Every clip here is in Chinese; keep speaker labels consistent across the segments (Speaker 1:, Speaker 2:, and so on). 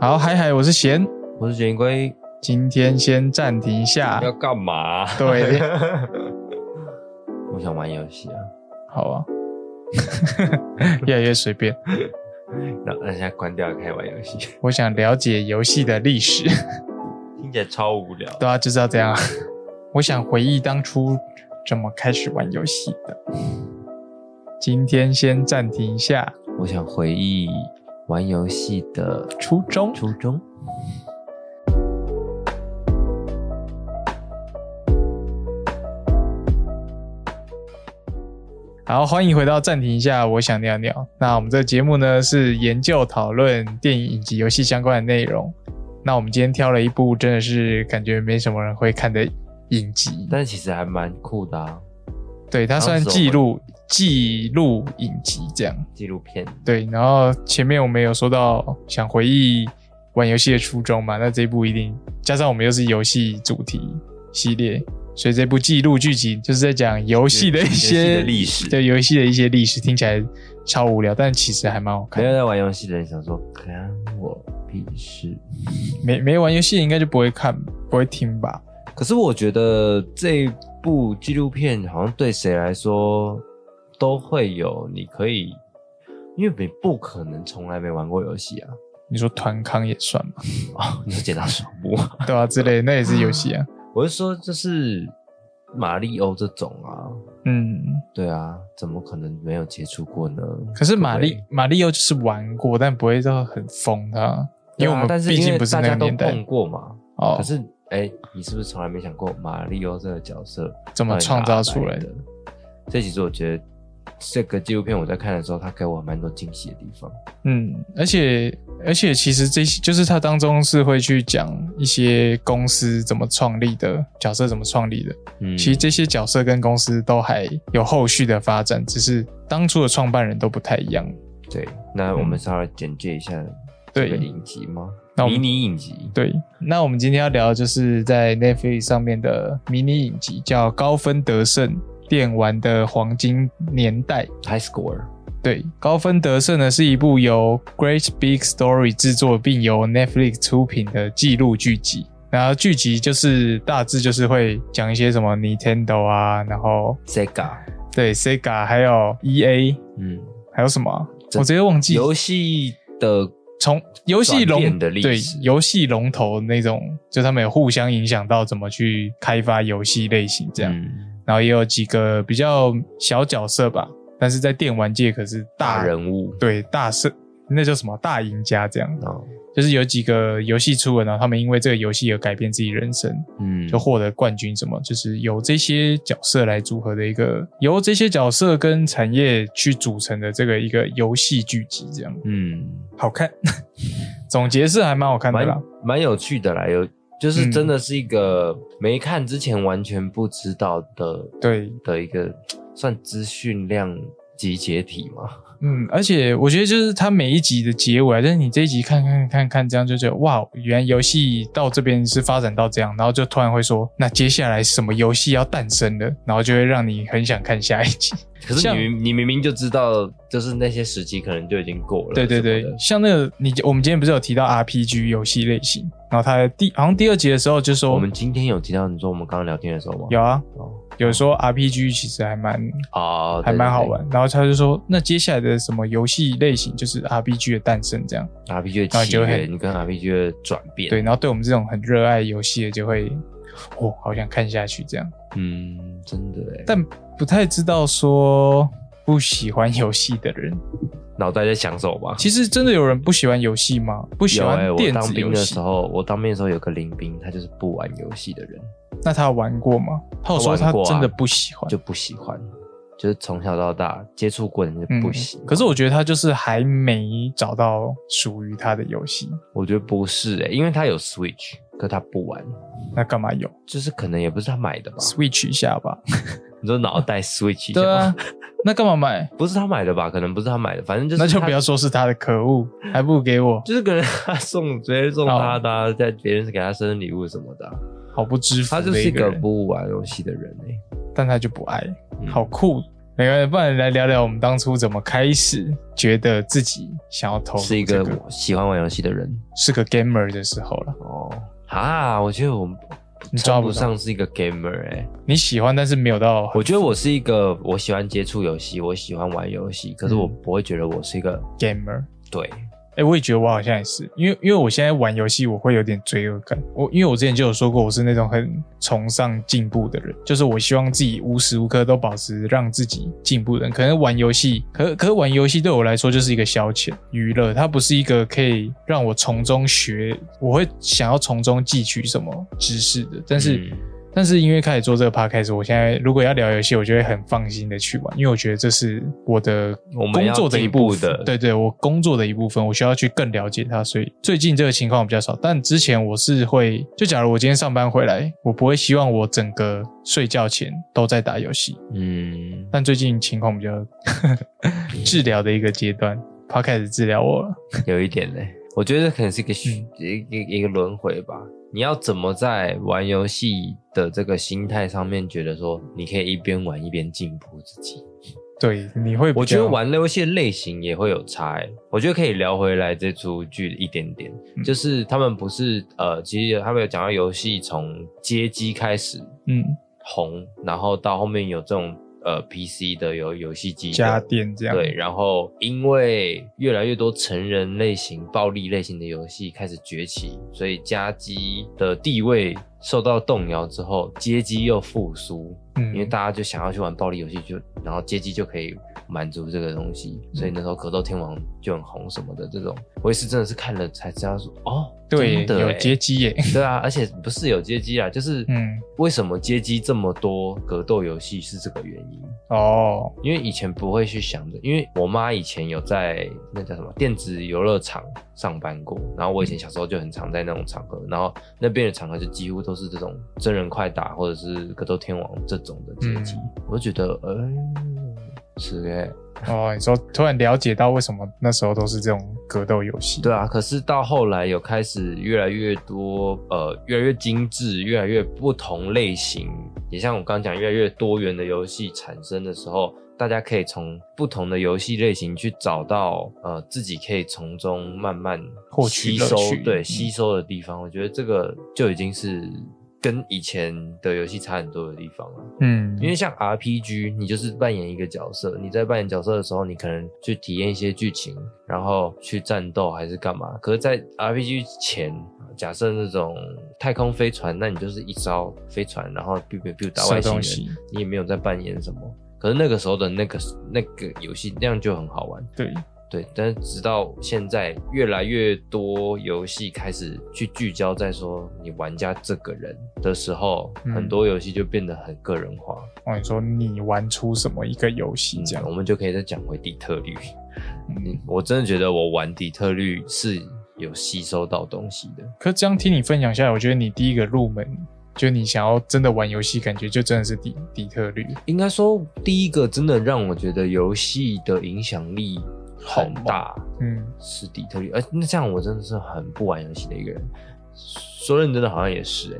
Speaker 1: 好，嗨嗨，我是贤，
Speaker 2: 我是简龟，
Speaker 1: 今天先暂停一下
Speaker 2: 要。干嘛？
Speaker 1: 对，
Speaker 2: 我想玩游戏啊。
Speaker 1: 好啊， 越来越随便。
Speaker 2: 那那现在关掉，开始玩游戏，
Speaker 1: 我想了解游戏的历史，
Speaker 2: 听起来超无聊。
Speaker 1: 对啊，就是要这样啊。我想回忆当初怎么开始玩游戏的。今天先暂停一下，
Speaker 2: 我想回忆玩游戏的
Speaker 1: 初中
Speaker 2: 初衷。
Speaker 1: 好，欢迎回到暂停一下，我想尿尿。那我们这个节目呢是研究讨论电影以及游戏相关的内容。那我们今天挑了一部真的是感觉没什么人会看的影集，
Speaker 2: 但是其实还蛮酷的啊，
Speaker 1: 对，它算
Speaker 2: 当时我
Speaker 1: 记录记录影集这样。
Speaker 2: 纪录片。
Speaker 1: 对，然后前面我们有说到想回忆玩游戏的初衷嘛，那这一部一定加上我们又是游戏主题系列，所以这部纪录剧集就是在讲游戏的一
Speaker 2: 游戏
Speaker 1: 些
Speaker 2: 的历史
Speaker 1: 对游戏的一些历史，听起来超无聊，但其实还蛮好看
Speaker 2: 没
Speaker 1: 的。
Speaker 2: 有在玩游戏的人想说，干我屁事。
Speaker 1: 没没玩游戏应该就不会看，不会听吧？
Speaker 2: 可是我觉得这部纪录片好像对谁来说都会有，你可以，因为你不可能从来没玩过游戏 啊。
Speaker 1: 你说团康也算嘛？
Speaker 2: 哦，你说剪刀手不？
Speaker 1: 对啊，之类的那也是游戏啊。
Speaker 2: 我是说，就是马里欧这种啊，
Speaker 1: 嗯，
Speaker 2: 对啊，怎么可能没有接触过呢？
Speaker 1: 可是玛丽
Speaker 2: 对
Speaker 1: 玛丽欧就是玩过，但不会到很疯的啊、因
Speaker 2: 对
Speaker 1: 为
Speaker 2: 啊
Speaker 1: 我们
Speaker 2: 但是
Speaker 1: 毕
Speaker 2: 因
Speaker 1: 竟
Speaker 2: 为
Speaker 1: 不是
Speaker 2: 大
Speaker 1: 那个
Speaker 2: 家都
Speaker 1: 年代
Speaker 2: 碰过嘛。
Speaker 1: 哦。
Speaker 2: 可是，哎、你是不是从来没想过马里欧这个角色
Speaker 1: 怎么
Speaker 2: 到底
Speaker 1: 创造
Speaker 2: 哪
Speaker 1: 出来
Speaker 2: 来
Speaker 1: 的？
Speaker 2: 这其实我觉得这个纪录片我在看的时候，它给我蛮多惊喜的地方。
Speaker 1: 嗯，而且而且其实这些就是它当中是会去讲一些公司怎么创立的，角色怎么创立的。
Speaker 2: 嗯，
Speaker 1: 其实这些角色跟公司都还有后续的发展，只是当初的创办人都不太一样。
Speaker 2: 对，那我们稍微简介一下这个
Speaker 1: 嗯对
Speaker 2: 影集吗？
Speaker 1: 那我
Speaker 2: 迷
Speaker 1: 们
Speaker 2: 你影集，
Speaker 1: 对，那我们今天要聊的就是在 Netflix 上面的迷你影集，叫《高分得胜：电玩的黄金年代》。
Speaker 2: High Score，
Speaker 1: 对，《高分得胜》呢是一部由 Great Big Story 制作并由 Netflix 出品的纪录剧集。然后剧集就是大致就是会讲一些什么 Nintendo 啊，然后
Speaker 2: Sega，
Speaker 1: 对 Sega，还有 EA，
Speaker 2: 嗯，
Speaker 1: 还有什么啊、
Speaker 2: 这
Speaker 1: 我直接忘记。
Speaker 2: 游戏的
Speaker 1: 从游戏
Speaker 2: 转
Speaker 1: 龙
Speaker 2: 变的历
Speaker 1: 对
Speaker 2: 史
Speaker 1: 游戏龙头那种，就他们有互相影响到怎么去开发游戏类型这样。
Speaker 2: 嗯
Speaker 1: 然后也有几个比较小角色吧，但是在电玩界可是
Speaker 2: 大
Speaker 1: 大
Speaker 2: 人物
Speaker 1: 对大胜，那叫什么大赢家这样，
Speaker 2: 哦，
Speaker 1: 就是有几个游戏出了，然后他们因为这个游戏而改变自己人生，
Speaker 2: 嗯，
Speaker 1: 就获得冠军什么，就是由这些角色来组合的一个，由这些角色跟产业去组成的这个一个游戏剧集，这样
Speaker 2: 嗯，
Speaker 1: 好看。 总结是还蛮好看的啦
Speaker 2: 蛮，蛮有趣的啦，有就是
Speaker 1: 嗯
Speaker 2: 真的是一个没看之前完全不知道的
Speaker 1: 对，
Speaker 2: 的一个算资讯量集结体嘛，
Speaker 1: 嗯，而且我觉得就是它每一集的结尾啊，就是你这一集看看看看，这样就觉得哇，原来游戏到这边是发展到这样，然后就突然会说，那接下来什么游戏要诞生了，然后就会让你很想看下一集。
Speaker 2: 可是
Speaker 1: 像
Speaker 2: 你明你明明就知道，就是那些时期可能就已经过了，
Speaker 1: 对对对，像那个你我们今天不是有提到 RPG 游戏类型，然后它的第好像第二集的时候就说
Speaker 2: 我们今天有提到你说我们刚刚聊天的时候吗？
Speaker 1: 有啊，
Speaker 2: 哦
Speaker 1: 有说 RPG 其实还蛮
Speaker 2: 哦，
Speaker 1: 还
Speaker 2: 对
Speaker 1: 蛮好。玩，然后他就说，那接下来的什么游戏类型就是 RPG 的诞生这样。
Speaker 2: 对 RPG
Speaker 1: 然后
Speaker 2: 的起
Speaker 1: 就会
Speaker 2: 源跟 RPG 的转变，
Speaker 1: 对，，然后对我们这种很热爱游戏的，就会哦，好想看下去这样，
Speaker 2: 嗯，真的哎，
Speaker 1: 但不太知道说不喜欢游戏的人，
Speaker 2: 脑袋在想什么吧？
Speaker 1: 其实真的有人不喜欢游戏吗？不喜
Speaker 2: 有哎、
Speaker 1: 欢
Speaker 2: 我
Speaker 1: 电
Speaker 2: 当
Speaker 1: 子
Speaker 2: 兵
Speaker 1: 游
Speaker 2: 的
Speaker 1: 戏
Speaker 2: 时？候，我当兵的时候有个临兵，他就是不玩游戏的人，
Speaker 1: 那他有玩过吗？他有
Speaker 2: 他
Speaker 1: 说
Speaker 2: 玩
Speaker 1: 他
Speaker 2: 过啊
Speaker 1: 真的不喜欢，
Speaker 2: 就不喜欢，就是从小到大接触过的人就
Speaker 1: 嗯
Speaker 2: 不喜欢。
Speaker 1: 可是我觉得他就是还没找到属于他的游戏，
Speaker 2: 我觉得不是哎、因为他有 Switch，可他不玩，
Speaker 1: 那干嘛有
Speaker 2: 就是可能也不是他买的吧？
Speaker 1: Switch 一下 吧？
Speaker 2: 你说脑袋 Switch 一下
Speaker 1: 对
Speaker 2: 吗
Speaker 1: 啊，那干嘛买？
Speaker 2: 不是他买的吧？可能不是他买的，反正就是
Speaker 1: 那就
Speaker 2: 他
Speaker 1: 不要说是他的，可恶，还不如给我，
Speaker 2: 就是可能他送 直接送他的、啊，在别人给他生日礼物什么的啊、
Speaker 1: 好不知福
Speaker 2: 他就
Speaker 1: 的
Speaker 2: 是一
Speaker 1: 一
Speaker 2: 个
Speaker 1: 人，
Speaker 2: 不玩游戏的人哎、
Speaker 1: 但他就不爱，
Speaker 2: 嗯
Speaker 1: 好酷，没关系，不然来聊聊我们当初怎么开始觉得自己想要投入、
Speaker 2: 是一
Speaker 1: 这
Speaker 2: 个
Speaker 1: 个
Speaker 2: 我喜欢玩游戏的人
Speaker 1: 是个 gamer 的时候了。
Speaker 2: 哦。啊，我觉得我们
Speaker 1: 你抓
Speaker 2: 称
Speaker 1: 不
Speaker 2: 不
Speaker 1: 到
Speaker 2: 上是一个 gamer 哎、
Speaker 1: 你喜欢，但是没有到
Speaker 2: 我觉得我是一个我喜欢接触游戏，我喜欢玩游戏，可是我
Speaker 1: 嗯
Speaker 2: 不会觉得我是一个
Speaker 1: gamer。
Speaker 2: 对
Speaker 1: 哎、我也觉得我好像也是，因为因为我现在玩游戏，我会有点罪恶感。我因为我之前就有说过，我是那种很崇尚进步的人，就是我希望自己无时无刻都保持让自己进步的人。可能玩游戏，可可是玩游戏对我来说就是一个消遣娱乐，它不是一个可以让我从中学，我会想要从中汲取什么知识的。但是、
Speaker 2: 嗯
Speaker 1: 但是因为开始做这个 podcast，我现在如果要聊游戏，我就会很放心的去玩，因为我觉得这是我的
Speaker 2: 我们
Speaker 1: 工
Speaker 2: 要
Speaker 1: 作的一
Speaker 2: 进
Speaker 1: 部
Speaker 2: 步
Speaker 1: 分。
Speaker 2: 的
Speaker 1: 对对，我工作的一部分，我需要去更了解它，所以最近这个情况比较少。但之前我是会，就假如我今天上班回来，我不会希望我整个睡觉前都在打游戏。
Speaker 2: 嗯，
Speaker 1: 但最近情况比较 治疗的一个阶段，podcast 治疗我了。
Speaker 2: 有一点嘞、我觉得可能是一个循、
Speaker 1: 嗯
Speaker 2: 一个一个轮回吧。你要怎么在玩游戏的这个心态上面，觉得说你可以一边玩一边进步自己？
Speaker 1: 对，你会比较
Speaker 2: 我觉得玩游戏的类型也会有差、欸。我觉得可以聊回来这出剧一点点，
Speaker 1: 嗯
Speaker 2: 就是他们不是呃，其实他们有讲到游戏从街机开始
Speaker 1: 嗯
Speaker 2: 红，然后到后面有这种呃 PC 的有游戏机的
Speaker 1: 家电这样。
Speaker 2: 对，然后因为越来越多成人类型、暴力类型的游戏开始崛起，所以家机的地位受到动摇之后，街机又复苏，
Speaker 1: 嗯，
Speaker 2: 因为大家就想要去玩暴力游戏，就然后街机就可以满足这个东西，
Speaker 1: 嗯
Speaker 2: 所以那时候格斗天王就很红什么的这种，我也是真的是看了才知道说哦，
Speaker 1: 对
Speaker 2: 真的
Speaker 1: 有
Speaker 2: 欸
Speaker 1: 街机耶。
Speaker 2: 对啊，而且不是有街机啊，就是
Speaker 1: 嗯
Speaker 2: 为什么街机这么多格斗游戏是这个原因，
Speaker 1: 哦，
Speaker 2: 因为以前不会去想的，因为我妈以前有在那叫什么电子游乐场上班过，然后我以前小时候就很常在那种场合，然后那边的场合就几乎都是这种真人快打或者是格斗天王这种的街机，我就觉得，嗯、是哎、
Speaker 1: 哦，你说突然了解到为什么那时候都是这种格斗游戏？
Speaker 2: 对啊，可是到后来有开始越来越多，呃，越来越精致，越来越不同类型，也像我刚刚讲，越来越多元的游戏产生的时候，大家可以从不同的游戏类型去找到，呃，自己可以从中慢慢
Speaker 1: 获取
Speaker 2: 吸
Speaker 1: 乐
Speaker 2: 收
Speaker 1: 趣，
Speaker 2: 对
Speaker 1: 嗯
Speaker 2: 吸收的地方，我觉得这个就已经是跟以前的游戏差很多的地方了。
Speaker 1: 嗯，
Speaker 2: 因为像 RPG，你就是扮演一个角色，你在扮演角色的时候，你可能去体验一些剧情，然后去战斗还是干嘛。可是，在 RPG 前，假设那种太空飞船，那你就是一招飞船，然后 biu biu biu 打
Speaker 1: 射
Speaker 2: 外星
Speaker 1: 东
Speaker 2: 人，
Speaker 1: 西，
Speaker 2: 你也没有在扮演什么。可是那个时候的那个那个游戏那样就很好玩，
Speaker 1: 对，
Speaker 2: 对。但是直到现在，越来越多游戏开始去聚焦在说你玩家这个人的时候，
Speaker 1: 嗯
Speaker 2: 很多游戏就变得很个人化。
Speaker 1: 哦，你说你玩出什么一个游戏这样
Speaker 2: 嗯？我们就可以再讲回底特律。
Speaker 1: 嗯，
Speaker 2: 我真的觉得我玩底特律是有吸收到东西的。
Speaker 1: 可这样听你分享下来，我觉得你第一个入门，就你想要真的玩游戏，感觉就真的是底底特律，
Speaker 2: 应该说，第一个真的让我觉得游戏的影响力很大
Speaker 1: 嗯，
Speaker 2: 是底特律。而、哎那这样我真的是很不玩游戏的一个人。说认真的，好像也是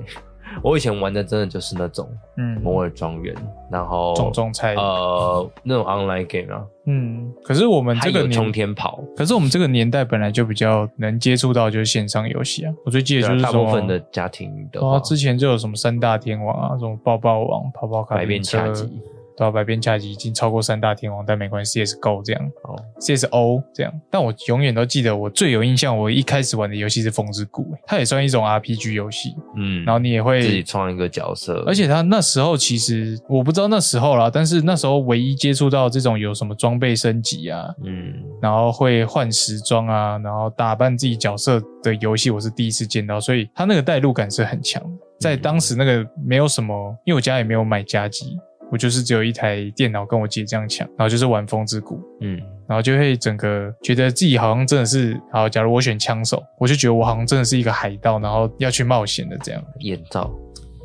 Speaker 2: 哎、我以前玩的真的就是那种
Speaker 1: 嗯，
Speaker 2: 摩尔庄园，然后
Speaker 1: 种种菜，
Speaker 2: 哦呃那种 online game 啊，
Speaker 1: 嗯，可是我们
Speaker 2: 还
Speaker 1: 这个
Speaker 2: 有冲
Speaker 1: 年，
Speaker 2: 天跑，
Speaker 1: 可是我们这个年代本来就比较能接触到就是线上游戏啊，我最记得就是
Speaker 2: 大部分
Speaker 1: 什么
Speaker 2: 的家庭的
Speaker 1: 对啊，
Speaker 2: 话，
Speaker 1: 之前就有什么三大天王啊，什么抱抱王、跑跑卡
Speaker 2: 百变
Speaker 1: 丁车
Speaker 2: 恰吉，
Speaker 1: 对啊，百变恰吉已经超过三大天王，但没关系，CSGO 这样
Speaker 2: 哦，
Speaker 1: ，CSO 这样。但我永远都记得，我最有印象，我一开始玩的游戏是《风之谷》欸，它也算一种 RPG 游戏，
Speaker 2: 嗯，
Speaker 1: 然后你也
Speaker 2: 自己
Speaker 1: 会。
Speaker 2: 创一个角色，
Speaker 1: 而且它那时候其实我不知道那时候啦，但是那时候唯一接触到这种有什么装备升级啊，
Speaker 2: 嗯，
Speaker 1: 然后会换时装啊，然后打扮自己角色的游戏，我是第一次见到，所以它那个代入感是很强的。在当时那个没有什么，因为我家也没有买家机，我就是只有一台电脑跟我姐这样抢，然后就是玩《风之谷》，
Speaker 2: 嗯，
Speaker 1: 然后就会整个觉得自己好像真的是，好，假如我选枪手，我就觉得我好像真的是一个海盗，然后要去冒险的这样。
Speaker 2: 眼罩，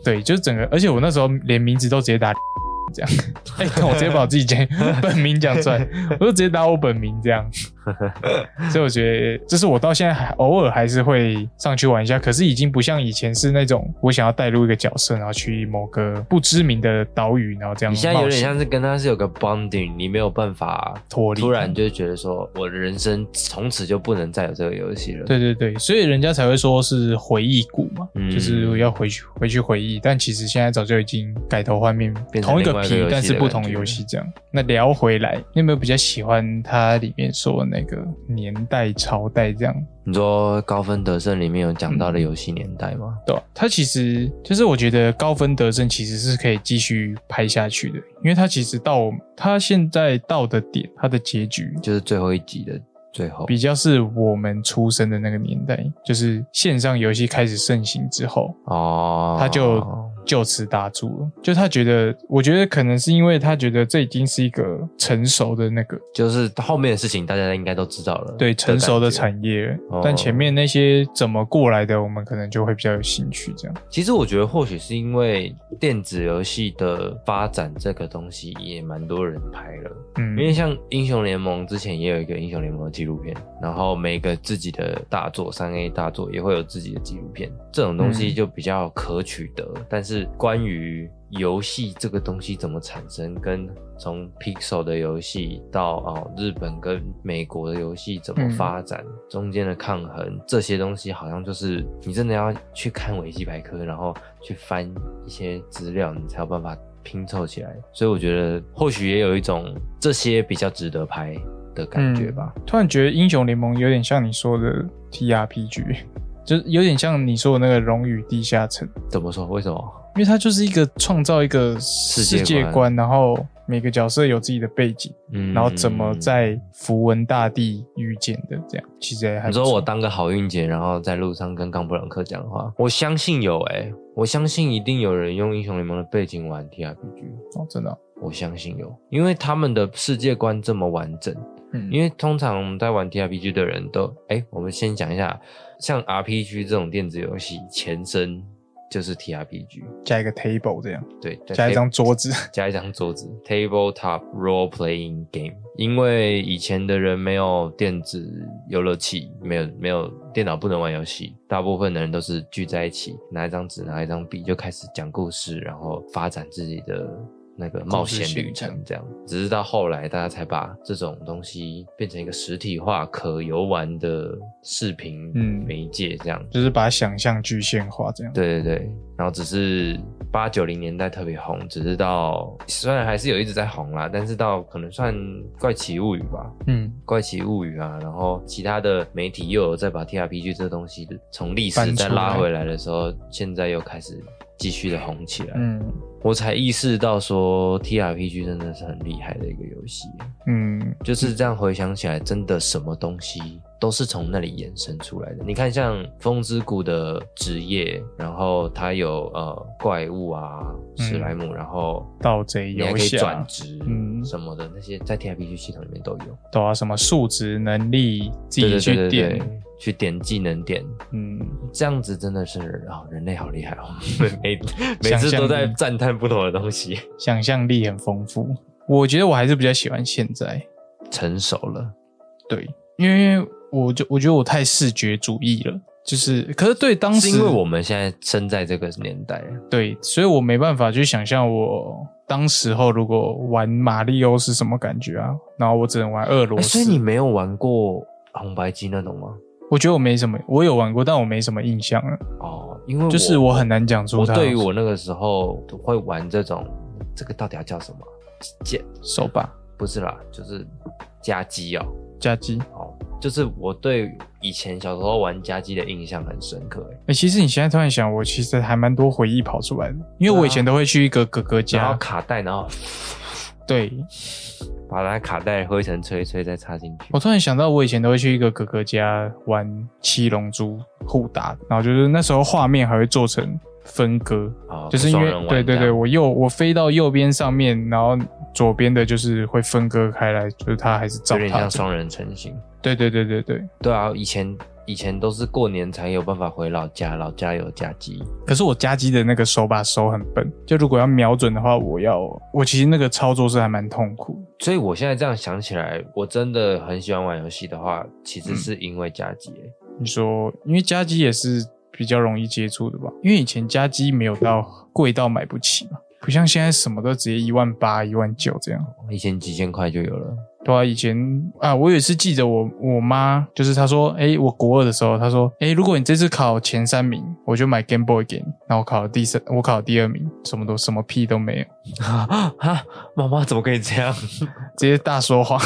Speaker 1: 对，就是整个，而且我那时候连名字都直接打这样，哎、看我直接把我自己讲本名讲出来，我就直接打我本名这样，所以我觉得这是我到现在还偶尔还是会上去玩一下，可是已经不像以前是那种我想要带入一个角色，然后去某个不知名的岛屿，然后这样
Speaker 2: 你现在有
Speaker 1: 冒
Speaker 2: 点
Speaker 1: 险
Speaker 2: 像是跟他是有个 bonding，你没有办法
Speaker 1: 脱离
Speaker 2: 突然就觉得说我的人生从此就不能再有这个游戏了。
Speaker 1: 对对对，所以人家才会说是回忆谷嘛，
Speaker 2: 嗯
Speaker 1: 就是要回去回去回忆。但其实现在早就已经改头换面，
Speaker 2: 变成
Speaker 1: 同一个
Speaker 2: 另外一个
Speaker 1: 皮
Speaker 2: 游戏的，
Speaker 1: 但是不同
Speaker 2: 感觉
Speaker 1: 游戏这样。那聊回来，你有没有比较喜欢它里面说的那个年代朝代这样？
Speaker 2: 你说高分得胜里面有讲到的游戏年代吗？
Speaker 1: 对啊、它其实就是我觉得高分得胜其实是可以继续拍下去的，因为它其实到它现在到的点，它的结局
Speaker 2: 就是最后一集的最后，
Speaker 1: 比较是我们出生的那个年代，就是线上游戏开始盛行之后，
Speaker 2: 哦，
Speaker 1: 他就就此打住了。就他觉得，我觉得可能是因为他觉得这已经是一个成熟的那个
Speaker 2: 就是后面的事情大家应该都知道了，
Speaker 1: 对成熟的
Speaker 2: 业。
Speaker 1: 产业了
Speaker 2: 哦
Speaker 1: 但前面那些怎么过来的，我们可能就会比较有兴趣。这样，
Speaker 2: 其实我觉得或许是因为电子游戏的发展这个东西也蛮多人拍了。因为
Speaker 1: 嗯，
Speaker 2: 像英雄联盟之前也有一个英雄联盟的纪录片，然后每个自己的大作三 A 大作也会有自己的纪录片，这种东西
Speaker 1: 嗯
Speaker 2: 就比较可取得。但是关于游戏这个东西怎么产生，跟从 Pixel 的游戏到哦日本跟美国的游戏怎么
Speaker 1: 嗯
Speaker 2: 发展，中间的抗衡这些东西，好像就是你真的要去看维基百科，然后去翻一些资料，你才有办法拼凑起来。所以我觉得或许也有一种这些比较值得拍的感觉吧。
Speaker 1: 突然觉得英雄联盟有点像你说的 TRPG，就是 有点像你说的那个《荣誉地下城》，
Speaker 2: 怎么说？为什么？
Speaker 1: 因为它就是一个创造一个世
Speaker 2: 界
Speaker 1: 界
Speaker 2: 观
Speaker 1: 观，然后每个角色有自己的背景，
Speaker 2: 嗯
Speaker 1: 然后怎么在符文大地遇见的，这样其实也还
Speaker 2: 你
Speaker 1: 不错
Speaker 2: 说我当个好运姐，然后在路上跟冈布朗克讲话，我相信有诶、我相信一定有人用英雄联盟的背景玩 TRPG，
Speaker 1: 哦，真的哦、
Speaker 2: 我相信有，因为他们的世界观这么完整。
Speaker 1: 嗯
Speaker 2: 因为通常我们在玩 TRPG 的人都，哎、我们先讲一下，像 RPG 这种电子游戏前身就是 TRPG，
Speaker 1: 加一个 table 这样，
Speaker 2: 对，在
Speaker 1: 加一
Speaker 2: tab-
Speaker 1: 张桌子。
Speaker 2: 加一张桌子，tabletop role playing game。因为以前的人没有电子游乐器，没有没有电脑不能玩游戏，大部分的人都是聚在一起，拿一张纸，拿一张笔，就开始讲故事，然后发展自己的。那个冒险旅程，这样，只是到后来大家才把这种东西变成一个实体化、可游玩的视频
Speaker 1: 嗯
Speaker 2: 媒介，这样。
Speaker 1: 就是把想象具现化这样。
Speaker 2: 对对对，然后只是八九零年代特别红，只是到虽然还是有一直在红啦，但是到可能算《怪奇物语》吧，
Speaker 1: 嗯，
Speaker 2: 《怪奇物语》啊，然后其他的媒体又有再把 TRPG 这东西从历史
Speaker 1: 搬出
Speaker 2: 再
Speaker 1: 来
Speaker 2: 拉回来的时候，现在又开始继续的红起来，
Speaker 1: 嗯
Speaker 2: 我才意识到说 TRPG 真的是很厉害的一个游戏，
Speaker 1: 嗯，
Speaker 2: 就是这样回想起来，真的什么东西都是从那里衍生出来的。你看，像《风之谷》的职业，然后它有呃怪物啊、史莱姆，然后
Speaker 1: 嗯盗贼
Speaker 2: 你还
Speaker 1: 游
Speaker 2: 可以
Speaker 1: 侠
Speaker 2: 转职，
Speaker 1: 嗯
Speaker 2: 什么的那些，在 TRPG 系统里面都有。
Speaker 1: 对啊，什么数值能力自己去点，
Speaker 2: 对对对对对去点技能点，
Speaker 1: 嗯，
Speaker 2: 这样子真的是啊、人类好厉害哦！每 每每
Speaker 1: 想
Speaker 2: 次
Speaker 1: 象
Speaker 2: 都在
Speaker 1: 力
Speaker 2: 赞叹不同的东西，
Speaker 1: 想象力很丰富。我觉得我还是比较喜欢现在，
Speaker 2: 成熟了。
Speaker 1: 对，因为我就我觉得我太视觉主义了，就是可是对当时
Speaker 2: 是因为我们现在生在这个年代，
Speaker 1: 对，所以我没办法去想象我。当时候如果玩马里奥是什么感觉啊？然后我只能玩俄罗
Speaker 2: 哎
Speaker 1: 斯。
Speaker 2: 所以你没有玩过红白机那种吗？
Speaker 1: 我觉得我没什么，我有玩过，但我没什么印象了。
Speaker 2: 哦，因为
Speaker 1: 就是我很难讲出
Speaker 2: 我
Speaker 1: 它
Speaker 2: 对于我那个时候会玩这种，这个到底要叫什么？剑
Speaker 1: 手把
Speaker 2: 不是啦，就是夹击哦。
Speaker 1: 加机。
Speaker 2: 哦，就是我对以前小时候玩夹击的印象很深刻欸，
Speaker 1: 哎、其实你现在突然想，我其实还蛮多回忆跑出来的，因为我以前都会去一个哥哥
Speaker 2: 啊然
Speaker 1: 家
Speaker 2: 后，卡带，然后
Speaker 1: 对
Speaker 2: 把它卡带灰尘吹一吹，再插进去。
Speaker 1: 我突然想到，我以前都会去一个哥哥家玩《七龙珠》互打，然后就是那时候画面还会做成分割，
Speaker 2: 哦，
Speaker 1: 就是因
Speaker 2: 双
Speaker 1: 为
Speaker 2: 人玩
Speaker 1: 对对
Speaker 2: 这
Speaker 1: 对，
Speaker 2: 样
Speaker 1: 我右我飞到右边上面，然后左边的就是会分割开来，就是它还是照
Speaker 2: 有点
Speaker 1: 它
Speaker 2: 像
Speaker 1: 的，
Speaker 2: 双人成型。
Speaker 1: 对对对对对，
Speaker 2: 对啊，以前以前都是过年才有办法回老家，老家有嫁鸡，
Speaker 1: 可是我夹击的那个手把手很笨，就如果要瞄准的话，我要我其实那个操作是还蛮痛苦的。
Speaker 2: 所以我现在这样想起来，我真的很喜欢玩游戏的话，其
Speaker 1: 嗯
Speaker 2: 实是因为嫁鸡、欸
Speaker 1: 你说，因为夹击也是比较容易接触的吧？因为以前夹击没有到贵到买不起嘛，不像现在什么都直接一万八、一万九这样。
Speaker 2: 以前几千块就有了。
Speaker 1: 对啊，以前啊，我有一次记得我我妈就是她说，哎，我国二的时候，她说，哎，如果你这次考前三名，我就买 Game Boy 给你。然后我考了第三，我考了第二名，什么都什么屁都没有，
Speaker 2: 哈，妈妈怎么可以这样？
Speaker 1: 直接大说 谎。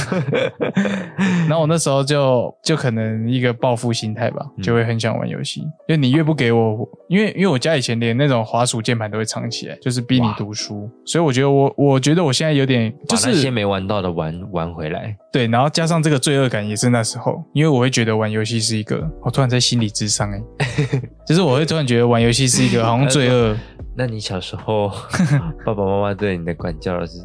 Speaker 1: 然后我那时候就就可能一个报复心态吧，
Speaker 2: 嗯
Speaker 1: 就会很想玩游戏。就你越不给我，我因为因为我家以前连那种滑鼠键盘都会藏起来，就是逼你
Speaker 2: 哇
Speaker 1: 读书。所以我觉得我我觉得我现在有点就
Speaker 2: 把那些
Speaker 1: 是
Speaker 2: 没玩到的玩玩回来。
Speaker 1: 对，然后加上这个罪恶感也是那时候，因为我会觉得玩游戏是一个，我突然在心理智商 哎、就是我会突然觉得玩游戏是一个好像罪
Speaker 2: 呃
Speaker 1: 恶，
Speaker 2: 那你小时 候爸爸妈妈对你的管教是？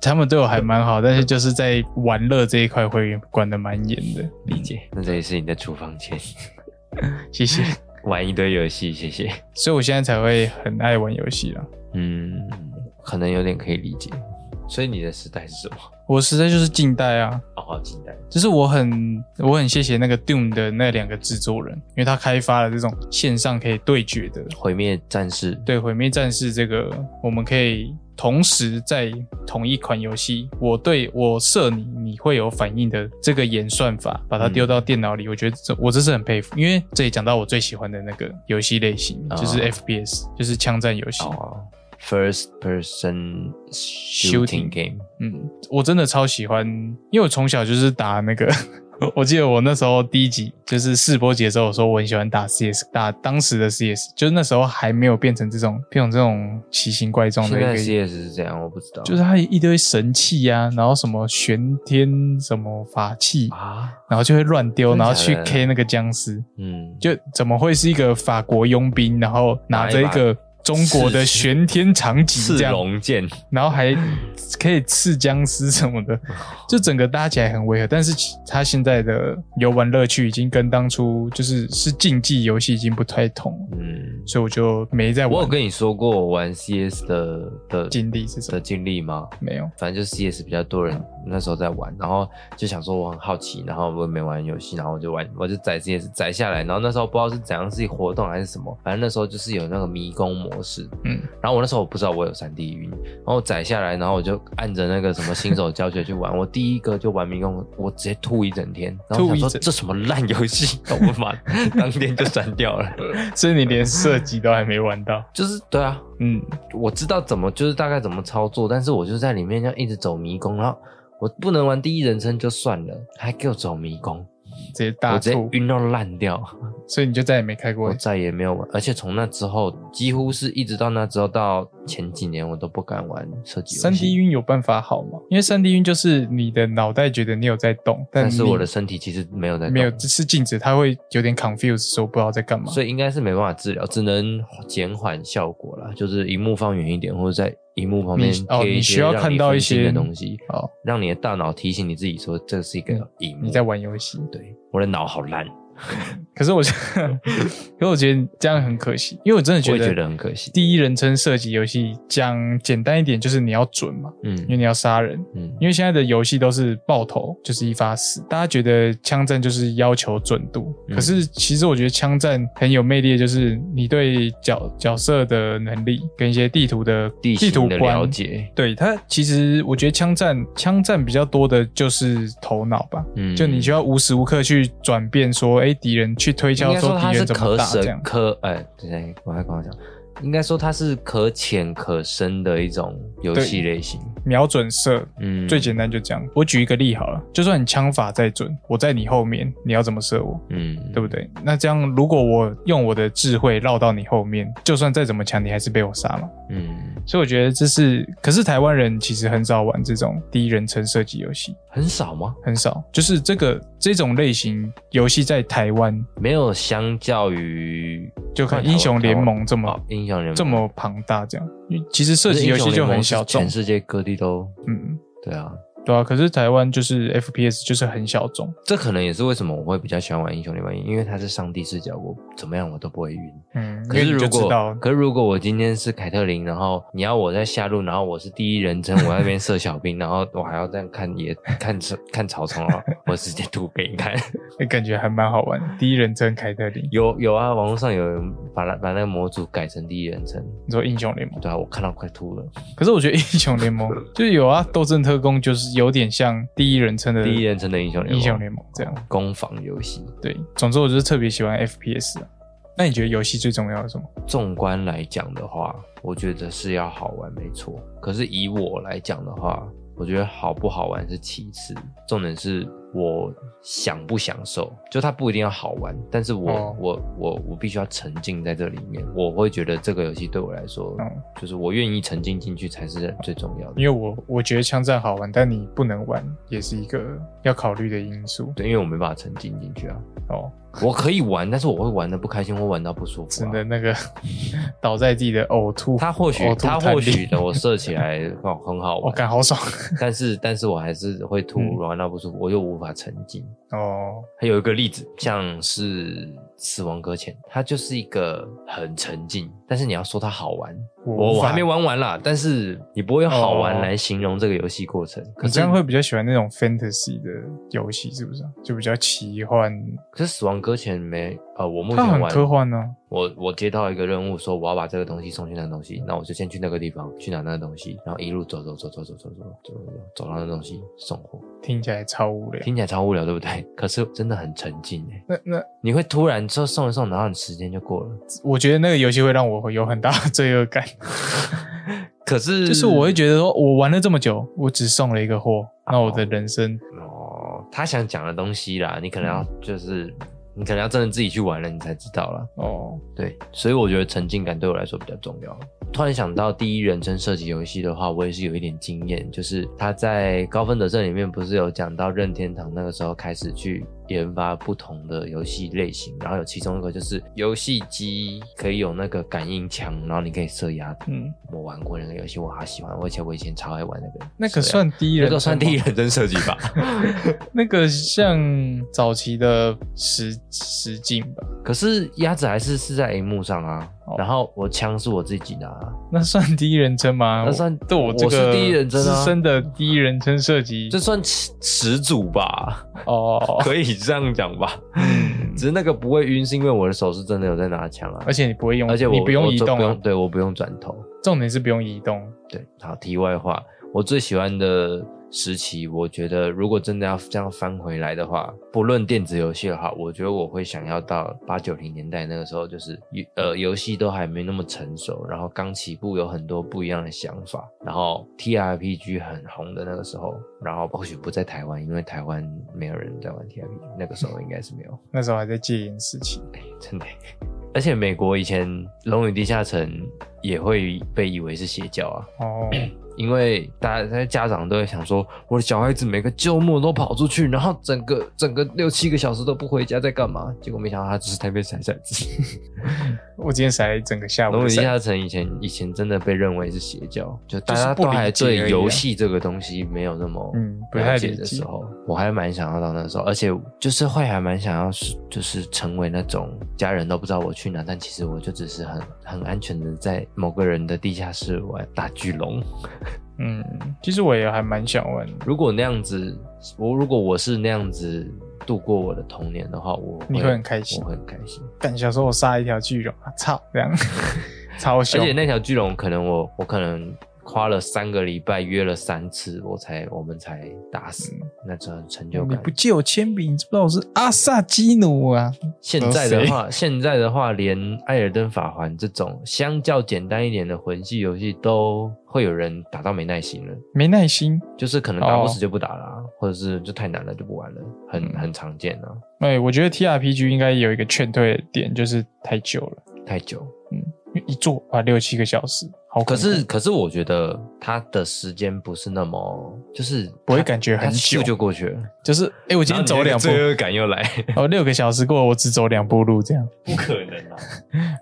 Speaker 1: 他们对我还蛮好，但是就是在玩乐这一块会管得蛮严的。
Speaker 2: 理解。那这也是你的厨房间，
Speaker 1: 谢谢，
Speaker 2: 玩一堆游戏，谢谢。
Speaker 1: 所以我现在才会很爱玩游戏啦。
Speaker 2: 嗯，可能有点可以理解。所以你的时代是什么？
Speaker 1: 我实在就是近代啊，
Speaker 2: 哦，近代。
Speaker 1: 就是我很我很谢谢那个 Doom 的那两个制作人，因为他开发了这种线上可以对决的，
Speaker 2: 毁灭战士，
Speaker 1: 对毁灭战士这个，我们可以同时在同一款游戏，我对我射你，你会有反应的这个演算法，把它丢到电脑里，我觉得这我真是很佩服，因为这里讲到我最喜欢的那个游戏类型，
Speaker 2: 哦
Speaker 1: 就是 FPS，就是枪战游戏。
Speaker 2: 哦，first person shooting
Speaker 1: Shooting
Speaker 2: game，
Speaker 1: 嗯，我真的超喜欢，因为我从小就是打那个。 我记得我那时候第一集就是试播集的时候，我说我很喜欢打 CS，打当时的 CS，就是那时候还没有变成这种变成这种奇形怪状的
Speaker 2: 现
Speaker 1: 一
Speaker 2: 在
Speaker 1: 个
Speaker 2: CS 是这样，我不知道。
Speaker 1: 就是它一堆神器呀、然后什么玄天什么法器，
Speaker 2: 啊，
Speaker 1: 然后就会乱丢，
Speaker 2: 真的
Speaker 1: 然后
Speaker 2: 假
Speaker 1: 去
Speaker 2: 的
Speaker 1: K 那个僵尸，
Speaker 2: 嗯，
Speaker 1: 就怎么会是一个法国佣兵，然后拿着一个中国的玄天长戟
Speaker 2: 刺
Speaker 1: 这样，
Speaker 2: 龙剑，
Speaker 1: 然后还可以刺僵尸什么 的，就整个搭起来很违和。但是其它现在的游玩乐趣已经跟当初就是是竞技游戏已经不太同了，
Speaker 2: 嗯，
Speaker 1: 所以我就没在
Speaker 2: 我
Speaker 1: 玩
Speaker 2: 有。跟你说过我玩 CS 的的
Speaker 1: 经历是什么
Speaker 2: 的经历吗？
Speaker 1: 没有，
Speaker 2: 反正就 CS 比较多人那时候在玩，然后就想说我很好奇，然后我也没玩游戏，然后我就玩，我就载 CS 载下来，然后那时候不知道是怎样是活动还是什么，反正那时候就是有那个迷宫模式，
Speaker 1: 嗯，
Speaker 2: 然后我那时候我不知道我有三 D 晕，然后我载下来，然后我就按着那个什么新手教学去玩，我第一个就玩迷宫，我直接吐一整天，然后我
Speaker 1: 吐一
Speaker 2: 想
Speaker 1: 整
Speaker 2: 说这什么烂游戏，我把 当天就删掉了，
Speaker 1: 所以你连射击都还没玩 到。
Speaker 2: 就是对啊，
Speaker 1: 嗯，
Speaker 2: 我知道怎么就是大概怎么操作，但是我就在里面要一直走迷宫，然后我不能玩第一人称就算了，还给我走迷宫，
Speaker 1: 直接
Speaker 2: 我
Speaker 1: 大
Speaker 2: 直接
Speaker 1: 吐，
Speaker 2: 晕到烂掉，
Speaker 1: 所以你就再也没开
Speaker 2: 我
Speaker 1: 过。
Speaker 2: 再也没有玩。而且从那之后，几乎是一直到那之后到前几年，我都不敢玩射击游戏。
Speaker 1: 三 D 晕有办法好吗？因为三 D 晕就是你的脑袋觉得你有在动，
Speaker 2: 但
Speaker 1: 但
Speaker 2: 是
Speaker 1: 你
Speaker 2: 我的身体其实没有在动
Speaker 1: 没有，只是静止，它会有点 confuse，说不知道在干嘛。
Speaker 2: 所以应该是没办法治疗，只能减缓效果啦，就是荧幕放远一点，或者在荧幕旁边
Speaker 1: 你哦
Speaker 2: 贴一
Speaker 1: 你
Speaker 2: 些
Speaker 1: 需要
Speaker 2: 让
Speaker 1: 看
Speaker 2: 你
Speaker 1: 到
Speaker 2: 分
Speaker 1: 一
Speaker 2: 心
Speaker 1: 些
Speaker 2: 的东西，
Speaker 1: 哦，
Speaker 2: 让你的大脑提醒你自己说这是一个荧幕。
Speaker 1: 嗯你在玩游戏，
Speaker 2: 对，我的脑好烂，
Speaker 1: 可是我， 可是我觉得这样很可惜，因为我真的
Speaker 2: 嗯我
Speaker 1: 觉
Speaker 2: 也觉
Speaker 1: 得
Speaker 2: 得很可惜。
Speaker 1: 第一人称射击游戏讲简单一点就是你要准嘛，因为
Speaker 2: 嗯
Speaker 1: 你要杀人，
Speaker 2: 嗯，
Speaker 1: 因为现在的游戏都是爆头，就是一发死。大家觉得枪战就是要求准度，
Speaker 2: 嗯
Speaker 1: 可是其实我觉得枪战很有魅力，的就是你对角角色的能力跟一些地图的
Speaker 2: 地
Speaker 1: 地图
Speaker 2: 形的了
Speaker 1: 观。
Speaker 2: 解，
Speaker 1: 对它，其实我觉得枪战枪战比较多的就是头脑吧，
Speaker 2: 嗯，
Speaker 1: 就你需要无时无刻去转变说，哎敌人去推
Speaker 2: 应
Speaker 1: 敲
Speaker 2: 该
Speaker 1: 说
Speaker 2: 说它
Speaker 1: 敌
Speaker 2: 是
Speaker 1: 人怎么
Speaker 2: 可
Speaker 1: 打这
Speaker 2: 深
Speaker 1: 样。
Speaker 2: 可哎，等一下我还跟我讲，应该说它是可浅可深的一种游
Speaker 1: 对
Speaker 2: 戏类型。
Speaker 1: 瞄准射
Speaker 2: 嗯，
Speaker 1: 最简单就这样。我举一个例好了，就算你枪法再准，我在你后面，你要怎么射我？
Speaker 2: 嗯，
Speaker 1: 对不对？那这样，如果我用我的智慧绕到你后面，就算再怎么强，你还是被我杀嘛。
Speaker 2: 嗯，
Speaker 1: 所以我觉得这是，可是台湾人其实很少玩这种第一人称射击游戏，
Speaker 2: 很少吗？
Speaker 1: 很少。就是这个这种类型游戏在台湾，
Speaker 2: 没有相较于
Speaker 1: 就看英雄联盟这么
Speaker 2: 哦英雄联盟
Speaker 1: 这么庞大这样。因为其实射
Speaker 2: 可是
Speaker 1: 击
Speaker 2: 英
Speaker 1: 游
Speaker 2: 雄
Speaker 1: 戏就
Speaker 2: 联盟
Speaker 1: 很
Speaker 2: 是
Speaker 1: 小众
Speaker 2: 全，世界各地都
Speaker 1: 嗯，
Speaker 2: 对啊，
Speaker 1: 对啊，可是台湾就是 FPS 就是很小众，
Speaker 2: 这可能也是为什么我会比较喜欢玩英雄联盟，因为它是上帝视角，我怎么样我都不会晕。
Speaker 1: 嗯，
Speaker 2: 可
Speaker 1: 因
Speaker 2: 是
Speaker 1: 为你就
Speaker 2: 如
Speaker 1: 知
Speaker 2: 果
Speaker 1: 道，
Speaker 2: 可是如果我今天是凯特琳，然后你要我在下路，然后我是第一人称，我在那边射小兵，然后我还要这样看野看看草丛啊，我直接吐给你看。
Speaker 1: 欸感觉还蛮好玩的。第一人称凯特琳，
Speaker 2: 有有啊，网络上有人把它把那个模组改成第一人称，
Speaker 1: 你说英雄联盟，
Speaker 2: 对啊，我看到快吐了。
Speaker 1: 可是我觉得英雄联盟就是有啊，斗阵特工就是有点像第一人称的
Speaker 2: 第一人称的英雄联盟，
Speaker 1: 英雄联盟这样。
Speaker 2: 攻防游戏。
Speaker 1: 对，总之我就是特别喜欢 FPS 啊。那你觉得游戏最重要的是什么？
Speaker 2: 纵观来讲的话，我觉得是要好玩没错。可是以我来讲的话，我觉得好不好玩是其次，重点是我享不享受。就它不一定要好玩，但是我、
Speaker 1: 哦
Speaker 2: 我我我必须要沉浸在这里面。我会觉得这个游戏对我来说，
Speaker 1: 嗯
Speaker 2: 就是我愿意沉浸进去才是最重要的
Speaker 1: 因。为我我觉得枪战好玩，但你不能玩也是一个要考虑的因素
Speaker 2: 对，因为我没办法沉浸进去啊。
Speaker 1: 哦。
Speaker 2: 我可以玩，但是我会玩的不开心，或玩到不舒服、啊。
Speaker 1: 真的哦那个 倒在自己的呕吐，
Speaker 2: 他或许
Speaker 1: 呕吐
Speaker 2: 他
Speaker 1: 探
Speaker 2: 或
Speaker 1: 病
Speaker 2: 许的我射起来哦很好
Speaker 1: 我
Speaker 2: 玩，
Speaker 1: 感好爽
Speaker 2: 但是但是我还是会吐
Speaker 1: 嗯，
Speaker 2: 玩到不舒服，我又无法沉浸。
Speaker 1: 哦。
Speaker 2: 还有一个例子，像是《死亡搁浅》，它就是一个很沉浸，但是你要说它好玩，我
Speaker 1: 无
Speaker 2: 我
Speaker 1: 法
Speaker 2: 还没，玩完啦，但是你不会用好
Speaker 1: 哦
Speaker 2: 玩来形容这个游戏过程。可
Speaker 1: 你
Speaker 2: 是
Speaker 1: 这样会比较喜欢那种 fantasy 的游戏，是不是啊？就比较奇幻，
Speaker 2: 可是《死亡搁浅》没呃，我目
Speaker 1: 它
Speaker 2: 前
Speaker 1: 很
Speaker 2: 玩
Speaker 1: 科幻哦呢、
Speaker 2: 我我接到一个任务，说我要把这个东西送去那个东西，那我就先去那个地方去拿那个东西，然后一路走走走走走走走走走走到那东西送货，
Speaker 1: 听起来超无聊。
Speaker 2: 听起来超无聊，对不对？可是真的很沉浸欸诶，
Speaker 1: 那那
Speaker 2: 你会突然说送一送，然后你时间就过了。
Speaker 1: 我觉得那个游戏会让我有很大的罪恶感，
Speaker 2: 可是
Speaker 1: 就是我会觉得说，我玩了这么久，我只送了一个货，那我的人生
Speaker 2: 哦，他想讲的东西啦，你可能要就是你可能要真的自己去玩了，你才知道啦。
Speaker 1: 哦，
Speaker 2: 对，所以我觉得沉浸感对我来说比较重要。突然想到第一人称射击游戏的话，我也是有一点经验，就是他在《高分得胜》里面不是有讲到任天堂那个时候开始去研发不同的游戏类型，然后有其中一个就是游戏机可以有那个感应枪，然后你可以射鸭子。
Speaker 1: 嗯，
Speaker 2: 我玩过那个游戏，我好喜欢，而且我以前超爱玩那个。啊
Speaker 1: 那个算第一人
Speaker 2: 那
Speaker 1: 称吗，
Speaker 2: 个算第一人称射击 吧？
Speaker 1: 那个像早期的实实境吧，
Speaker 2: 可是鸭子还是是在荧幕上啊，
Speaker 1: 哦
Speaker 2: 然后我枪是我自己拿、啊。
Speaker 1: 那算第一人称吗？
Speaker 2: 那算
Speaker 1: 对我这个
Speaker 2: 我是第一人称啊
Speaker 1: 资深的第一人称射击，
Speaker 2: 这算始始祖吧，
Speaker 1: 哦，
Speaker 2: 可以这样讲吧。
Speaker 1: 嗯
Speaker 2: 只是那个不会晕，是因为我的手是真的有在拿枪啊
Speaker 1: 而，且你不会用，
Speaker 2: 而且我
Speaker 1: 你不用
Speaker 2: 我
Speaker 1: 移
Speaker 2: 就
Speaker 1: 动
Speaker 2: 不
Speaker 1: 啊
Speaker 2: 用，对我不用转头。
Speaker 1: 重点是不用移动，
Speaker 2: 对，好，题外话，我最喜欢的时期，我觉得如果真的要这样翻回来的话，不论电子游戏的话，我觉得我会想要到八九零年代那个时候，就是游呃游戏都还没那么成熟，然后刚起步有很多不一样的想法，然后 T R P G 很红的那个时候，然后或许不在台湾，因为台湾没有人在玩 T R P G，那个时候应该是没有。
Speaker 1: 那时候还在戒严时期，
Speaker 2: 真的。 而且美国以前《龙与地下城》也会被以为是邪教啊，
Speaker 1: 哦，
Speaker 2: 因为大家家长都会想说，我的小孩子每个周末都跑出去，然后整个整个六七个小时都不回家，在干嘛？结果没想到他只是在那边甩骰子。
Speaker 1: 我今天甩了一整个下午
Speaker 2: 龙与
Speaker 1: 的
Speaker 2: 地
Speaker 1: 赛，
Speaker 2: 下城以前以前真的被认为是邪教，就大
Speaker 1: 就是
Speaker 2: 家
Speaker 1: 不
Speaker 2: 都还
Speaker 1: 理解而已啊
Speaker 2: 对游戏这个东西没有那么
Speaker 1: 嗯不太
Speaker 2: 了解
Speaker 1: 理
Speaker 2: 的
Speaker 1: 解
Speaker 2: 时候，我还蛮想要到那时候，而且就是会还蛮想要是就是成为那种家人都不知道我去哪，但其实我就只是很很安全的在某个人的地下室玩打巨龙。
Speaker 1: 嗯，其实我也还蛮想玩，
Speaker 2: 如果那样子，我如果我是那样子度过我的童年的话，我
Speaker 1: 你会很开心
Speaker 2: 我会很开心。
Speaker 1: 但小时候我杀了一条巨龙，啊操，这样 超
Speaker 2: 而
Speaker 1: 凶
Speaker 2: 且，那条巨龙，可能我我可能花了三个礼拜约了三次，我才我们才打死，那真的很成
Speaker 1: 嗯
Speaker 2: 就
Speaker 1: 你
Speaker 2: 感
Speaker 1: 不。借我铅笔，你知不知道我是阿萨基努啊？
Speaker 2: 现在的话， 现在的话，连《艾尔登法环》这种相较简单一点的魂系游戏，都会有人打到没耐心了，
Speaker 1: 没耐心，
Speaker 2: 就是可能打
Speaker 1: 哦
Speaker 2: BOSS 就不打了啊、或者是就太难了就不玩了，很
Speaker 1: 嗯
Speaker 2: 很常见啊，
Speaker 1: 哎，我觉得 T R P G 应该有一个劝退的点，就是太久了，
Speaker 2: 太久。
Speaker 1: 因为一坐啊六七个小时，好恐怖
Speaker 2: 可是，可是我觉得它的时间不是那么就是
Speaker 1: 不会
Speaker 2: 它
Speaker 1: 感觉很
Speaker 2: 它咻
Speaker 1: 久
Speaker 2: 就过去了。
Speaker 1: 就是哎、诶我今天走
Speaker 2: 然
Speaker 1: 两
Speaker 2: 后
Speaker 1: 步
Speaker 2: 你那个，罪恶感又来，
Speaker 1: 哦，六个小时过，我只走两步路，这样
Speaker 2: 不可能啊！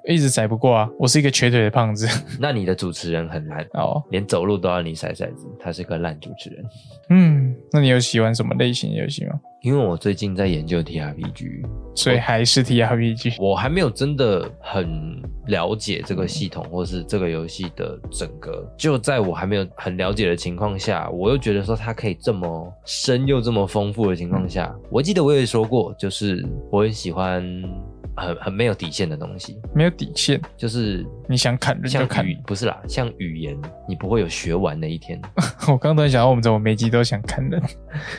Speaker 1: 一直踩不过啊。我是一个瘸腿的胖子
Speaker 2: 那你的主持人很烂，
Speaker 1: 哦，
Speaker 2: 连走路都要你甩骰子，他是个烂主持人。
Speaker 1: 嗯，那你有喜欢什么类型的游戏吗？
Speaker 2: 因为我最近在研究 TRPG，
Speaker 1: 所以还是 T R P G
Speaker 2: 我还没有真的很了解这个系统，或是这个游戏的整个。就在我还没有很了解的情况下，我又觉得说它可以这么深又这么丰富的情况下，
Speaker 1: 嗯
Speaker 2: 我记得我也说过，就是我很喜欢很很没有底线的东西，
Speaker 1: 没有底线，
Speaker 2: 就是
Speaker 1: 你想砍人就
Speaker 2: 像
Speaker 1: 砍。
Speaker 2: 语不是啦，像语言，你不会有学完的 一天。
Speaker 1: 我刚突然想到，我们怎么每集都想砍人？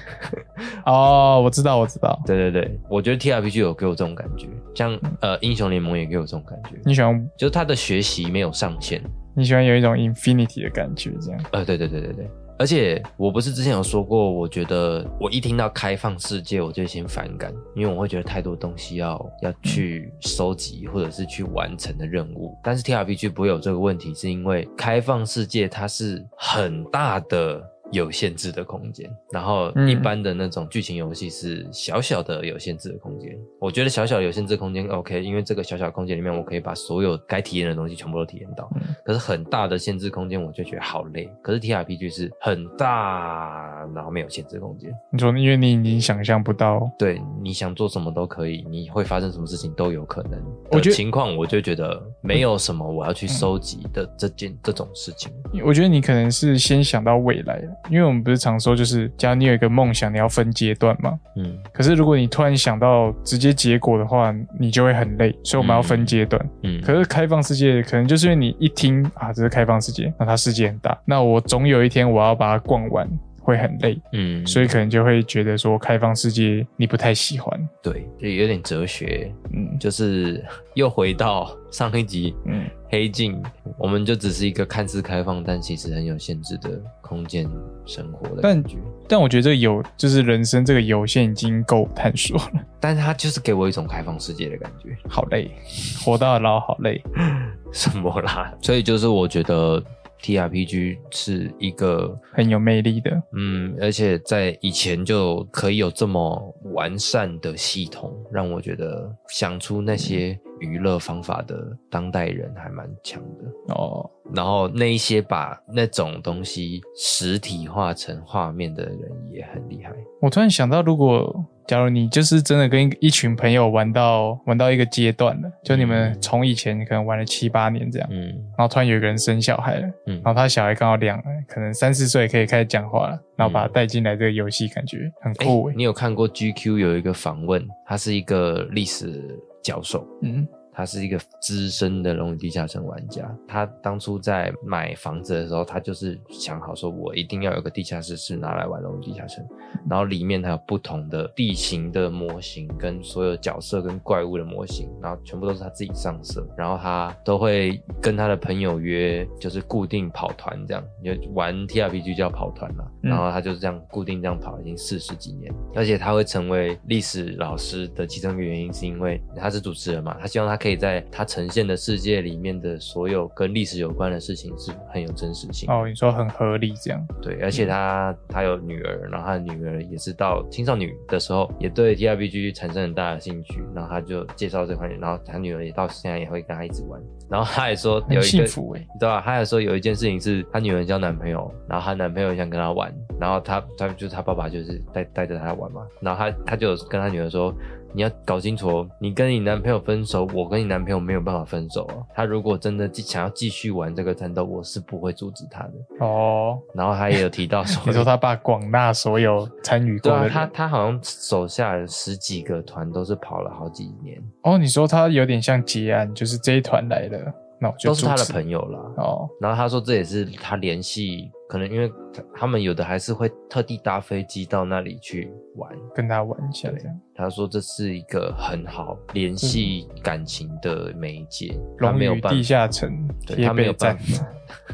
Speaker 1: 哦，我知道，我知道，
Speaker 2: 对对对，我觉得 TRPG 有给我这种感觉，像呃英雄联盟也给我这种感觉，
Speaker 1: 嗯你喜欢
Speaker 2: 就是它的学习没有上限。
Speaker 1: 你喜欢有一种 infinity 的感觉，这样。
Speaker 2: 呃，对对对对对，而且我不是之前有说过，我觉得我一听到开放世界我就先反感，因为我会觉得太多东西要要去收集或者是去完成的任务。但是 TRPG 不会有这个问题，是因为开放世界它是很大的。有限制的空间，然后
Speaker 1: 嗯
Speaker 2: 一般的那种剧情游戏是小小的有限制的空间。我觉得小小的有限制空间 OK，因为这个小小的空间里面，我可以把所有该体验的东西全部都体验到。可是很大的限制空间，我就觉得好累。可是 TRPG 是很大，然后没有限制空间，
Speaker 1: 你说，因为你已经想象不到，
Speaker 2: 对，你想做什么都可以，你会发生什么事情都有可能的
Speaker 1: 我觉得嗯
Speaker 2: 情况，我就觉得没有什么我要去收集的这件这种事情。
Speaker 1: 我觉得你可能是先想到未来，因为我们不是常说，就是假如你有一个梦想，你要分阶段嘛。
Speaker 2: 嗯
Speaker 1: 可是如果你突然想到直接结果的话，你就会很累，所以我们要分阶段。
Speaker 2: 嗯，
Speaker 1: 可是开放世界可能就是因为你一听啊，这是开放世界，那它世界很大，那我总有一天我要把它逛完，会很累，
Speaker 2: 嗯，
Speaker 1: 所以可能就会觉得说开放世界你不太喜欢。
Speaker 2: 对，就有点哲学，
Speaker 1: 嗯
Speaker 2: 就是 又回到上一集。
Speaker 1: 嗯，
Speaker 2: 黑镜，我们就只是一个看似开放，但其实很有限制的空间生活的
Speaker 1: 但
Speaker 2: 感觉。
Speaker 1: 但我觉得这个有就是人生这个有限已经够探索了，
Speaker 2: 但它就是给我一种开放世界的感觉，
Speaker 1: 好累， 活到老好累。
Speaker 2: 什么啦？所以就是我觉得 T R P G 是一个，
Speaker 1: 很有魅力的，
Speaker 2: 嗯，而且在以前就可以有这么完善的系统，让我觉得想出那些娱乐方法的当代人还蛮强的。
Speaker 1: 哦，
Speaker 2: 然后那一些把那种东西实体化成画面的人也很厉害。
Speaker 1: 我突然想到，如果假如你就是真的跟一一群朋友玩到玩到一个阶段了，就你们从以前可能玩了七八年这样，
Speaker 2: 嗯
Speaker 1: 然后突然有一个人生小孩了，
Speaker 2: 嗯
Speaker 1: 然后他小孩刚好两可能三四岁可以开始讲话了，然后把他带进来这个游戏，感觉很
Speaker 2: 哎、
Speaker 1: 酷诶、
Speaker 2: 嗯
Speaker 1: 欸
Speaker 2: 你有看过 GQ 有一个访问，他是一个历史教授，
Speaker 1: 嗯
Speaker 2: 他是一个资深的《龙与地下城》玩家。他当初在买房子的时候，他就是想好说，我一定要有个地下室是拿来玩《龙与地下城》，然后里面还有不同的地形的模型，跟所有角色跟怪物的模型，然后全部都是他自己上色，然后他都会跟他的朋友约，就是固定跑团这样，就玩 TRPG 叫跑团啦。
Speaker 1: 嗯
Speaker 2: 然后他就是这样固定这样跑，已经四十几年，而且他会成为历史老师的其中一个原因，是因为他是主持人嘛，他希望他可以在他呈现的世界里面的所有跟历史有关的事情是很有真实性的。
Speaker 1: 哦，你说很合理这样，
Speaker 2: 对，而且
Speaker 1: 嗯
Speaker 2: 他他有女儿，然后他的女儿也是到青少年的时候，也对 T R B G 产生很大的兴趣，然后他就介绍这款，然后他女儿也到现在也会跟他一直玩，然后他也说
Speaker 1: 很
Speaker 2: 有一
Speaker 1: 幸
Speaker 2: 个。
Speaker 1: 福诶、欸
Speaker 2: 对啊，他还说有一件事情是他女儿交男朋友，然后他男朋友想跟她玩，然后他他就是他爸爸就是带带着他玩嘛，然后他他就有跟他女儿说，你要搞清楚哦，你跟你男朋友分手，我跟你男朋友没有办法分手哦。他如果真的继想要继续玩这个战斗，我是不会阻止他的。
Speaker 1: 哦，
Speaker 2: 然后他也有提到说，
Speaker 1: 你说他爸广纳所有参与 过
Speaker 2: 对
Speaker 1: 的
Speaker 2: 啊，
Speaker 1: 人，
Speaker 2: 他他好像手下有十几个团都是跑了好几年，
Speaker 1: 哦，你说他有点像结案，就是这一团来了，那我就
Speaker 2: 都是他的
Speaker 1: 阻止
Speaker 2: 朋友啦。
Speaker 1: 哦，
Speaker 2: 然后他说这也是他联系，可能因为他他们有的还是会特地搭飞机到那里去玩。
Speaker 1: 跟他玩一下这样。
Speaker 2: 他说这是一个很好联系感情的媒介，他
Speaker 1: 嗯龙
Speaker 2: 没有
Speaker 1: 与
Speaker 2: 办
Speaker 1: 地
Speaker 2: 法，
Speaker 1: 下城
Speaker 2: 对
Speaker 1: 贴
Speaker 2: 他没
Speaker 1: 背
Speaker 2: 有办
Speaker 1: 战，
Speaker 2: 法。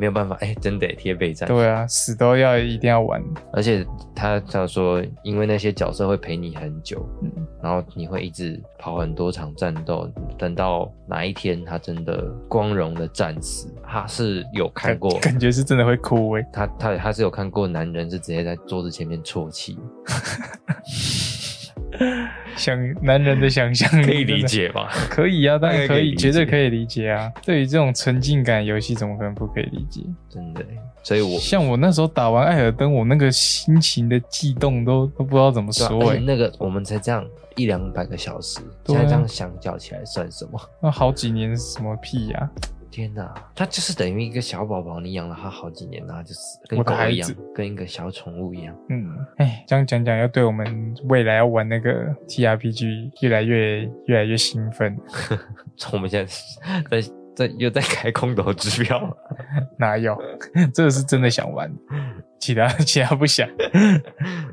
Speaker 2: 没有办法，哎、真的贴备战。
Speaker 1: 对啊，死都要一定要玩。
Speaker 2: 而且他这样说，因为那些角色会陪你很久，
Speaker 1: 嗯
Speaker 2: 然后你会一直跑很多场战斗，等到哪一天他真的光荣的战死，他是有看过，
Speaker 1: 感觉是真的会哭诶、
Speaker 2: 他他他是有看过男人是直接在桌子前面啜泣，
Speaker 1: 想男人的想 象力
Speaker 2: 可以理
Speaker 1: 真的
Speaker 2: 解吧？
Speaker 1: 可以啊，当然
Speaker 2: 大概
Speaker 1: 可
Speaker 2: 可以
Speaker 1: 以，
Speaker 2: 理解
Speaker 1: 绝对可以理解啊。对于这种沉浸感游戏，怎么可能不可以理解？
Speaker 2: 真的，所以我
Speaker 1: 像我那时候打完艾尔登，我那个心情的悸动都都不知道怎么
Speaker 2: 对啊
Speaker 1: 说欸
Speaker 2: 而
Speaker 1: 诶、
Speaker 2: 且那个我们才这样一两百个小时，
Speaker 1: 对
Speaker 2: 现
Speaker 1: 啊
Speaker 2: 在这样相较起来算什么？
Speaker 1: 那好几年是什么屁啊呀、
Speaker 2: 天哪，他就是等于一个小宝宝，你养了他好几年，然后他就死，跟
Speaker 1: 我的
Speaker 2: 狗
Speaker 1: 孩
Speaker 2: 一样
Speaker 1: 子，
Speaker 2: 跟一个小宠物一样。
Speaker 1: 嗯，哎，这样讲讲，要对我们未来要玩那个 T R P G 越来越越来越兴奋。
Speaker 2: 我们现在 在在又在开空头支票了，
Speaker 1: 哪有？ 这个是真的想玩，其他 其他不想。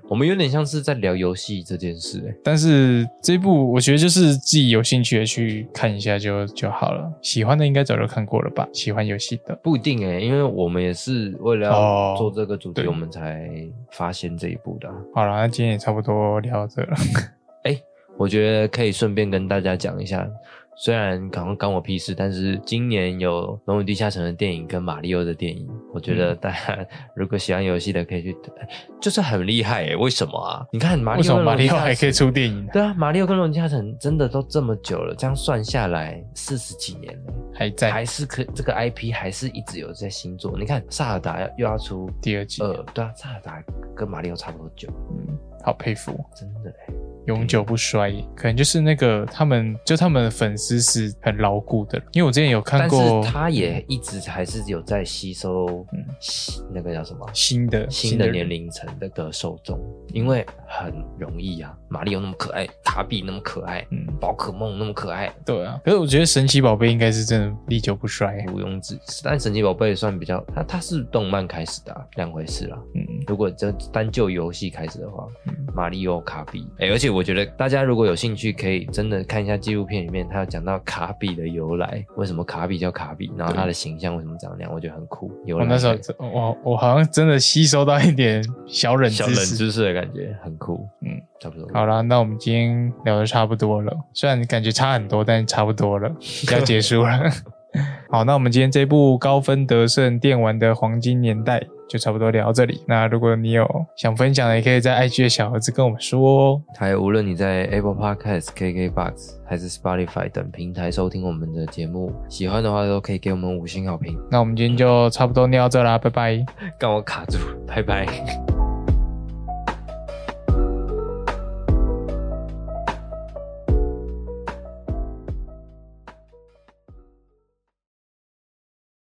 Speaker 2: 我们有点像是在聊游戏这件事、欸。
Speaker 1: 但是这部我觉得就是自己有兴趣的去看一下就就好了。喜欢的应该早就看过了吧？喜欢游戏的，
Speaker 2: 不一定哎、因为我们也是为了
Speaker 1: 哦
Speaker 2: 要做这个主题，
Speaker 1: 对
Speaker 2: 我们才发现这一步的啊、
Speaker 1: 好了，那今天也差不多聊这了。
Speaker 2: 我觉得可以顺便跟大家讲一下，虽然好像干我屁事，但是今年有《龙与地下城》的电影跟马里奥的电影，我觉
Speaker 1: 嗯
Speaker 2: 得大家如果喜欢游戏的可以去，呃就是很厉害、欸。为什么啊？你看马
Speaker 1: 为
Speaker 2: 里
Speaker 1: 什
Speaker 2: 奥
Speaker 1: 么
Speaker 2: 跟
Speaker 1: 马
Speaker 2: 龙与
Speaker 1: 里
Speaker 2: 地
Speaker 1: 奥
Speaker 2: 下
Speaker 1: 还可以
Speaker 2: 城。
Speaker 1: 出电影呢？
Speaker 2: 对啊，马里奥跟龙与地下城真的都这么久了，这样算下来四十几年了。
Speaker 1: 还在
Speaker 2: 还是可这个 IP 还是一直有在新作。你看《萨尔达》又要出
Speaker 1: 第二季，
Speaker 2: 二，对啊，《萨尔达》跟《马里奥》差不多久，
Speaker 1: 嗯，好佩服，
Speaker 2: 真的欸
Speaker 1: 永久不衰。可能就是那个他们，就他们的粉丝是很牢固的，因为我之前有看
Speaker 2: 但是
Speaker 1: 过
Speaker 2: 他也一直还是有在吸收
Speaker 1: 嗯
Speaker 2: 吸那个叫什么
Speaker 1: 新的
Speaker 2: 新的
Speaker 1: 人
Speaker 2: 年龄层的的受众，因为很容易啊，马里奥那么可爱，卡比那么可爱，
Speaker 1: 嗯
Speaker 2: 宝可梦那么可爱，
Speaker 1: 对啊，可是我觉得神奇宝贝应该是真的历久不衰。
Speaker 2: 毋庸置疑。嗯但神奇宝贝算比较，它它是动漫开始的、啊、两回事啦、
Speaker 1: 嗯，
Speaker 2: 如果这单就游戏开始的话
Speaker 1: 嗯，
Speaker 2: 马里奥卡比，哎、而且我觉得大家如果有兴趣，可以真的看一下纪录片里面，他有讲到卡比的由来，为什么卡比叫卡比，然后他的形象为什么长那样，我觉得很酷。由
Speaker 1: 我
Speaker 2: 来
Speaker 1: 那时候我我好像真的吸收到一点小冷
Speaker 2: 小
Speaker 1: 知
Speaker 2: 冷
Speaker 1: 识。
Speaker 2: 知识的感觉很酷，
Speaker 1: 嗯
Speaker 2: 嗯，差不多。
Speaker 1: 好啦，那我们今天聊的差不多了，虽然感觉差很多，但差不多了，要结束了。 好，那我们今天这部高分得胜电玩的黄金年代就差不多聊到这里。那如果你有想分享的，也可以在 IG 的小盒子跟我们说哦。
Speaker 2: 还有，无论你在 Apple Podcast、KKBox 还是 Spotify 等平台收听我们的节目，喜欢的话都可以给我们五星好评。
Speaker 1: 那我们今天就差不多聊到这啦，拜拜。
Speaker 2: 刚我卡住，拜拜。